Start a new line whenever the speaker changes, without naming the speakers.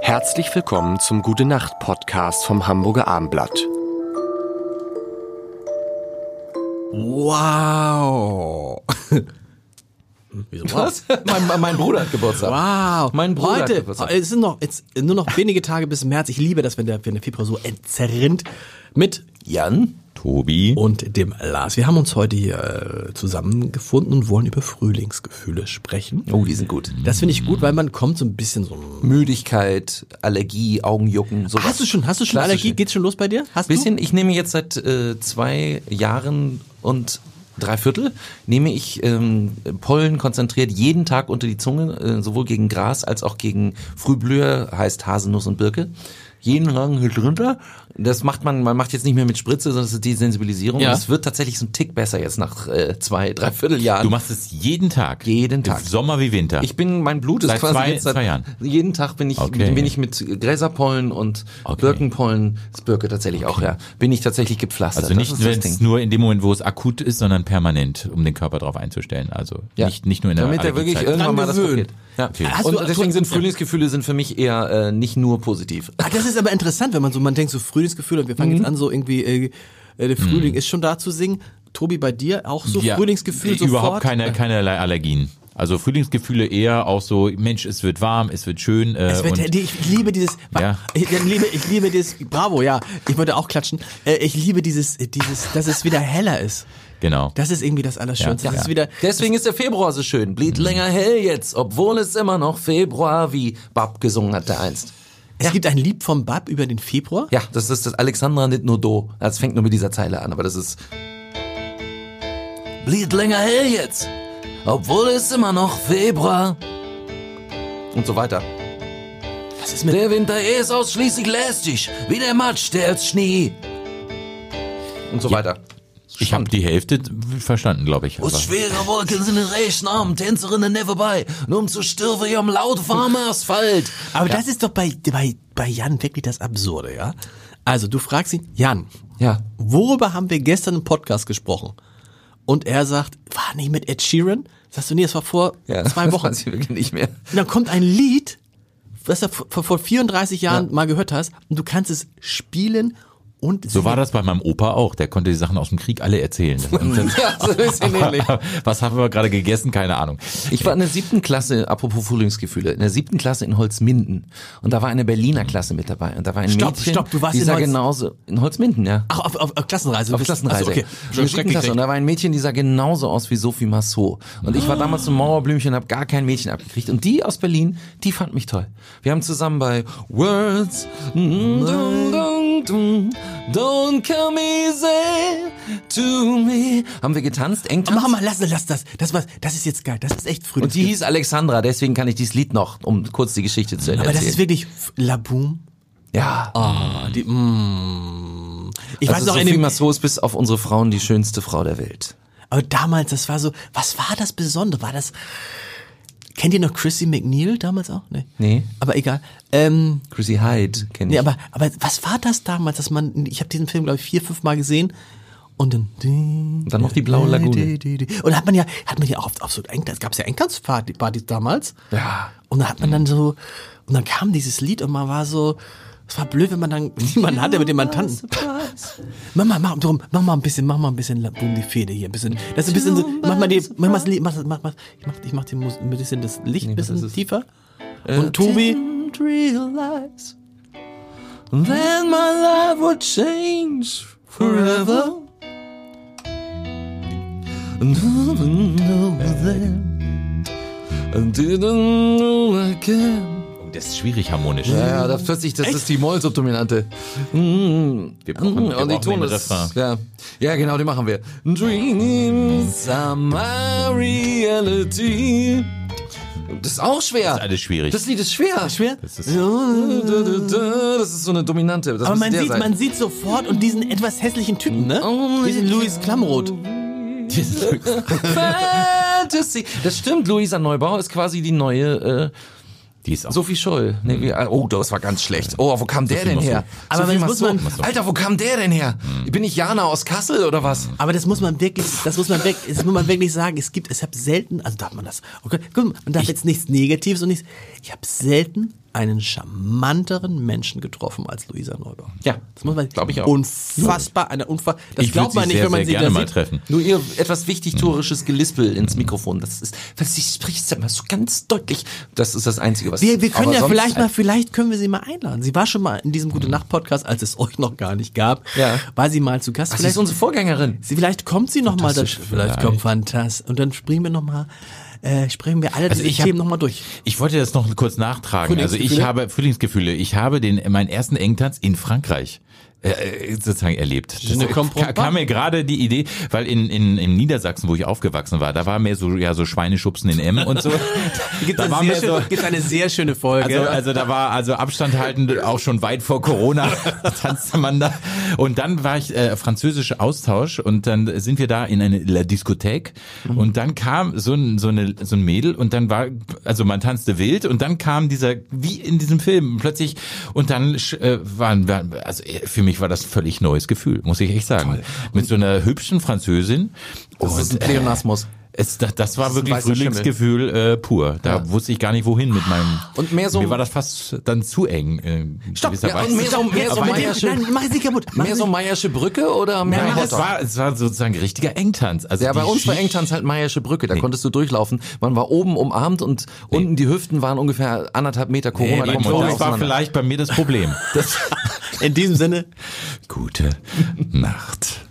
Herzlich willkommen zum Gute Nacht Podcast vom Hamburger Armblatt.
Wow.
Wieso was? mein, mein Bruder hat Geburtstag.
Wow.
Mein Bruder hat
Heute,
Geburtstag.
es sind noch, jetzt nur noch wenige Tage bis im März. Ich liebe das, wenn der, wenn der Februar so entzerrinnt mit
Jan? Tobi?
und dem Lars. Wir haben uns heute hier äh, zusammengefunden und wollen über Frühlingsgefühle sprechen.
Oh, die sind gut.
Das finde ich gut, weil man kommt so ein bisschen so.
Müdigkeit, Allergie, Augenjucken, sowas.
Hast du schon, hast du schon
Klassische.
Allergie? Geht's schon los bei dir? Hast
Bisschen, ich nehme jetzt seit äh, zwei Jahren und drei Viertel, nehme ich ähm, Pollen konzentriert jeden Tag unter die Zunge, äh, sowohl gegen Gras als auch gegen Frühblüher, heißt Haselnuss und Birke. Jeden Tag hier drunter. Das macht man, man macht jetzt nicht mehr mit Spritze, sondern es ist Desensibilisierung.
Ja.
Und Es wird tatsächlich so ein Tick besser jetzt nach äh, zwei, drei Vierteljahren.
Du machst es jeden Tag.
Jeden Tag.
Sommer wie Winter.
Ich bin, mein Blut ist
Seit
quasi
zwei-
jetzt seit
zwei Jahren.
jeden Tag bin ich,
Okay.
bin ich mit Gräserpollen und
Okay.
Birkenpollen, das Birke tatsächlich auch, ja, bin ich tatsächlich gepflastert.
also
Das
nicht
ist das
wenn es
Ding.
nur in dem Moment, wo es akut ist, sondern permanent, um den Körper darauf einzustellen. Also
Ja.
nicht, nicht nur in der
Damit er wirklich
Allergiezeit.
irgendwann mal das
gewöhnt.
kapiert. Ja.
Okay.
Hast
Und
du-
deswegen sind
Ja.
Frühlingsgefühle sind für mich eher äh, nicht nur positiv.
Ah, das ist aber interessant, wenn man so, man denkt so Frühlingsgefühl und wir fangen
Mhm.
jetzt an so irgendwie, äh, äh, der Frühling ist schon da zu singen. Tobi, bei dir auch so
Ja,
Frühlingsgefühl
äh,
sofort?
Überhaupt keine, keinerlei Allergien. Also Frühlingsgefühle eher auch so, Mensch, es wird warm, es wird schön. Äh,
Es wird,
und,
die- ich liebe dieses,
Ja.
ich, ich liebe, ich liebe dieses, bravo, ja, ich wollte auch klatschen. Äh, Ich liebe dieses, dieses, dass es wieder heller ist.
genau.
Das ist irgendwie das Allerschönste.
Ja,
das
ja.
ist wieder,
Deswegen ist der Februar so schön. Blieb
Mhm.
länger hell jetzt, obwohl es immer noch Februar wie Bab gesungen hatte einst.
es gibt ein Lied vom Bab über den Februar.
Ja, das ist das Alexandra Nitnodo. Das fängt nur mit dieser Zeile an, aber das ist. Blieb länger hell jetzt, obwohl es immer noch Februar. Und so weiter.
Das ist mit,
Der Winter ist ausschließlich lästig, wie der Matsch, der als Schnee. Und so weiter.
Ich habe die Hälfte verstanden, glaube ich.
Aus schwerer Wolken sind es recht arm, Tänzerinnen never bei, nur um zu stürfen ihrem laut warmen Asphalt.
aber das ist doch bei, bei, bei Jan wirklich das Absurde, ja? Also, du fragst ihn, Jan,
Ja.
worüber haben wir gestern im Podcast gesprochen? Und er sagt, war nicht mit Ed Sheeran? Sagst du, nee, es war vor
ja.
zwei
das
Wochen.
Weiß ich wirklich nicht mehr.
Und dann kommt ein Lied, was du vor, vor 34 Jahren mal gehört hast, und du kannst es spielen und
So war das bei meinem Opa auch. Der konnte die Sachen aus dem Krieg alle erzählen.
ja, so ein bisschen ähnlich.
Was haben wir gerade gegessen? Keine Ahnung.
Ich war in der siebten Klasse, apropos Frühlingsgefühle, in der siebten Klasse in Holzminden. Und da war eine Berliner Klasse mit dabei. Und da war ein
Stopp,
Mädchen,
stopp, du warst
die
in
sah
Holz-
genauso, in Holzminden, ja.
Ach, auf, auf, auf Klassenreise.
Auf Klassenreise.
Also, okay.
In der siebten Klasse. Und
ne?
da war ein Mädchen, die sah genauso aus wie Sophie Massot. Und ich war damals ein Mauerblümchen und habe gar kein Mädchen abgekriegt. Und die aus Berlin, die fand mich toll. Wir haben zusammen bei Words mm, dum, dum, dum, Don't come easy to me haben wir getanzt, eng
Mach mal, lass, lass das. Das, war, das ist jetzt geil. Das ist echt früh.
Und die hieß Alexandra, deswegen kann ich dieses Lied noch, um kurz die Geschichte zu erzählen.
Aber das ist wirklich f- Laboom.
ja.
Ah, die, mm. Ich weiß
also
noch, in
Sophie
dem,
Massot ist bis auf unsere Frauen die schönste Frau der Welt.
aber damals, das war so, was war das Besondere? War das, kennt ihr noch Chrissy McNeil damals auch? Nee.
Nee.
Aber egal. Ähm,
Chrissy Hyde kenne ich.
Nee, aber, aber was war das damals, dass man, ich habe diesen Film, glaube ich, vier, fünf Mal gesehen und dann... Und
dann noch die Blaue Lagune.
Und hat man ja, hat man ja auch auf, auf so England, gab es ja Englandspartys damals.
Ja.
Und da hat man dann so, und dann kam dieses Lied und man war so, es war blöd, wenn man dann niemanden hatte, mit dem man tanzen. Mach mal, mach, drum, mach mal ein bisschen, mach mal ein bisschen boom, die Feder hier, ein bisschen, das ist ein bisschen so, mach mal die, mach mal das Lied, mach, das- mach, mach, ich mach, ich mach die Mus- ein bisschen das Licht ein bisschen tiefer.
Äh,
und Tobi,
Didn't realize that my life would change forever. And I didn't know then. And didn't know again.
Das ist schwierig harmonisch.
Ja, ja, das plötzlich, das ist die Mm, Moll-Subdominante.
Wir brauchen, wir
Mm, Und die
brauchen den
Ton ist,
Refrain.
ja. ja, genau, die machen wir. Dreams are my reality. Das ist auch schwer. Das
alles schwierig.
Das Lied ist schwer.
schwer?
Das ist,
Das ist so eine Dominante. Das
Aber
muss
man
der
sieht,
sein.
man sieht sofort und diesen etwas hässlichen Typen, ne?
Only
diesen Louis Klamroth.
Fantasy. Das stimmt, Luisa Neubauer ist quasi die neue
die ist
äh,
auch
Sophie Scholl. Nee,
Mhm.
wie, oh, das war ganz schlecht. Oh, wo kam der denn
Massot.
her?
Aber
Sophie
das muss
Massot.
man-
Alter, wo kam der denn her?
Mhm.
Bin ich Jana aus Kassel oder was?
Aber das muss man wirklich, das muss man, wirklich, das muss man wirklich sagen. Es gibt, ich habe selten, also darf man das, okay, guck, mal, man darf jetzt nichts Negatives und nichts, ich habe selten einen charmanteren Menschen getroffen als Luisa Neubauer.
Ja,
das muss man
glaub ich auch.
Unfassbar, eine unfassbar. Das
Ich
glaubt
würde
man
sie
nicht,
sehr,
wenn man
sehr
sie
gerne
da
mal
sieht.
treffen.
Nur ihr etwas wichtigtuerisches Gelispel ins Mikrofon. Das ist, was ich spricht immer so ganz deutlich. Das ist das Einzige, was
Wir, wir können
aber
ja
sonst
vielleicht mal,
halt-
vielleicht können wir sie mal einladen. Sie war schon mal in diesem Gute
Hm.
Nacht Podcast, als es euch noch gar nicht gab.
Ja.
War sie mal zu Gast.
Das ist
Vielleicht,
unsere Vorgängerin.
sie, vielleicht kommt sie noch mal.
Fantastisch,
dazu. vielleicht
vielleicht.
kommt fantastisch. Und dann sprechen wir noch mal, äh, sprechen wir alle
Also
diese
ich hab-
Themen noch mal durch.
Ich wollte das noch kurz nachtragen. Also ich
Frühlingsgefühle?
habe Frühlingsgefühle. Ich habe den meinen ersten Engtanz in Frankreich äh, sozusagen erlebt. Das äh,
ne Kompromiss.
ka- kam mir gerade die Idee, weil in, in, in Niedersachsen, wo ich aufgewachsen war, da war mehr so ja so Schweineschubsen in M und so. da war mir so
gibt eine sehr schöne Folge.
also, also da war also Abstand halten auch schon weit vor Corona tanzte man da. Und dann war ich äh, französischer Austausch und dann sind wir da in eine La Discothèque
Mhm.
und dann kam so ein so eine so ein Mädel und dann war also man tanzte wild und dann kam dieser wie in diesem Film plötzlich und dann sch- äh, waren wir also äh, für mich war das ein völlig neues Gefühl, muss ich echt sagen. Mit so einer hübschen Französin
das ist ein Pleonasmus.
es, das, das war
ist ein
wirklich
weißer Schimmel.
Frühlingsgefühl äh, pur. Da wusste ich gar nicht wohin mit meinem.
Und mehr so-
Mir war das fast dann zu eng. Äh, Stopp.
Ja, und mehr so, mehr
also,
so
Aber mit
Meiersche,
dem, nein, mach sie kaputt. Mach
mehr
sie-
so Meiersche Brücke oder mehr
Nein,
Hotdog?
es war, es war sozusagen richtiger Engtanz. Also
Ja, bei
die
uns war
Schi-
Engtanz halt Meiersche Brücke, da konntest du durchlaufen. Man war oben umarmt und unten die Hüften waren ungefähr anderthalb Meter corona
Eben, und das war vielleicht bei mir das Problem.
in diesem Sinne.
Gute Nacht.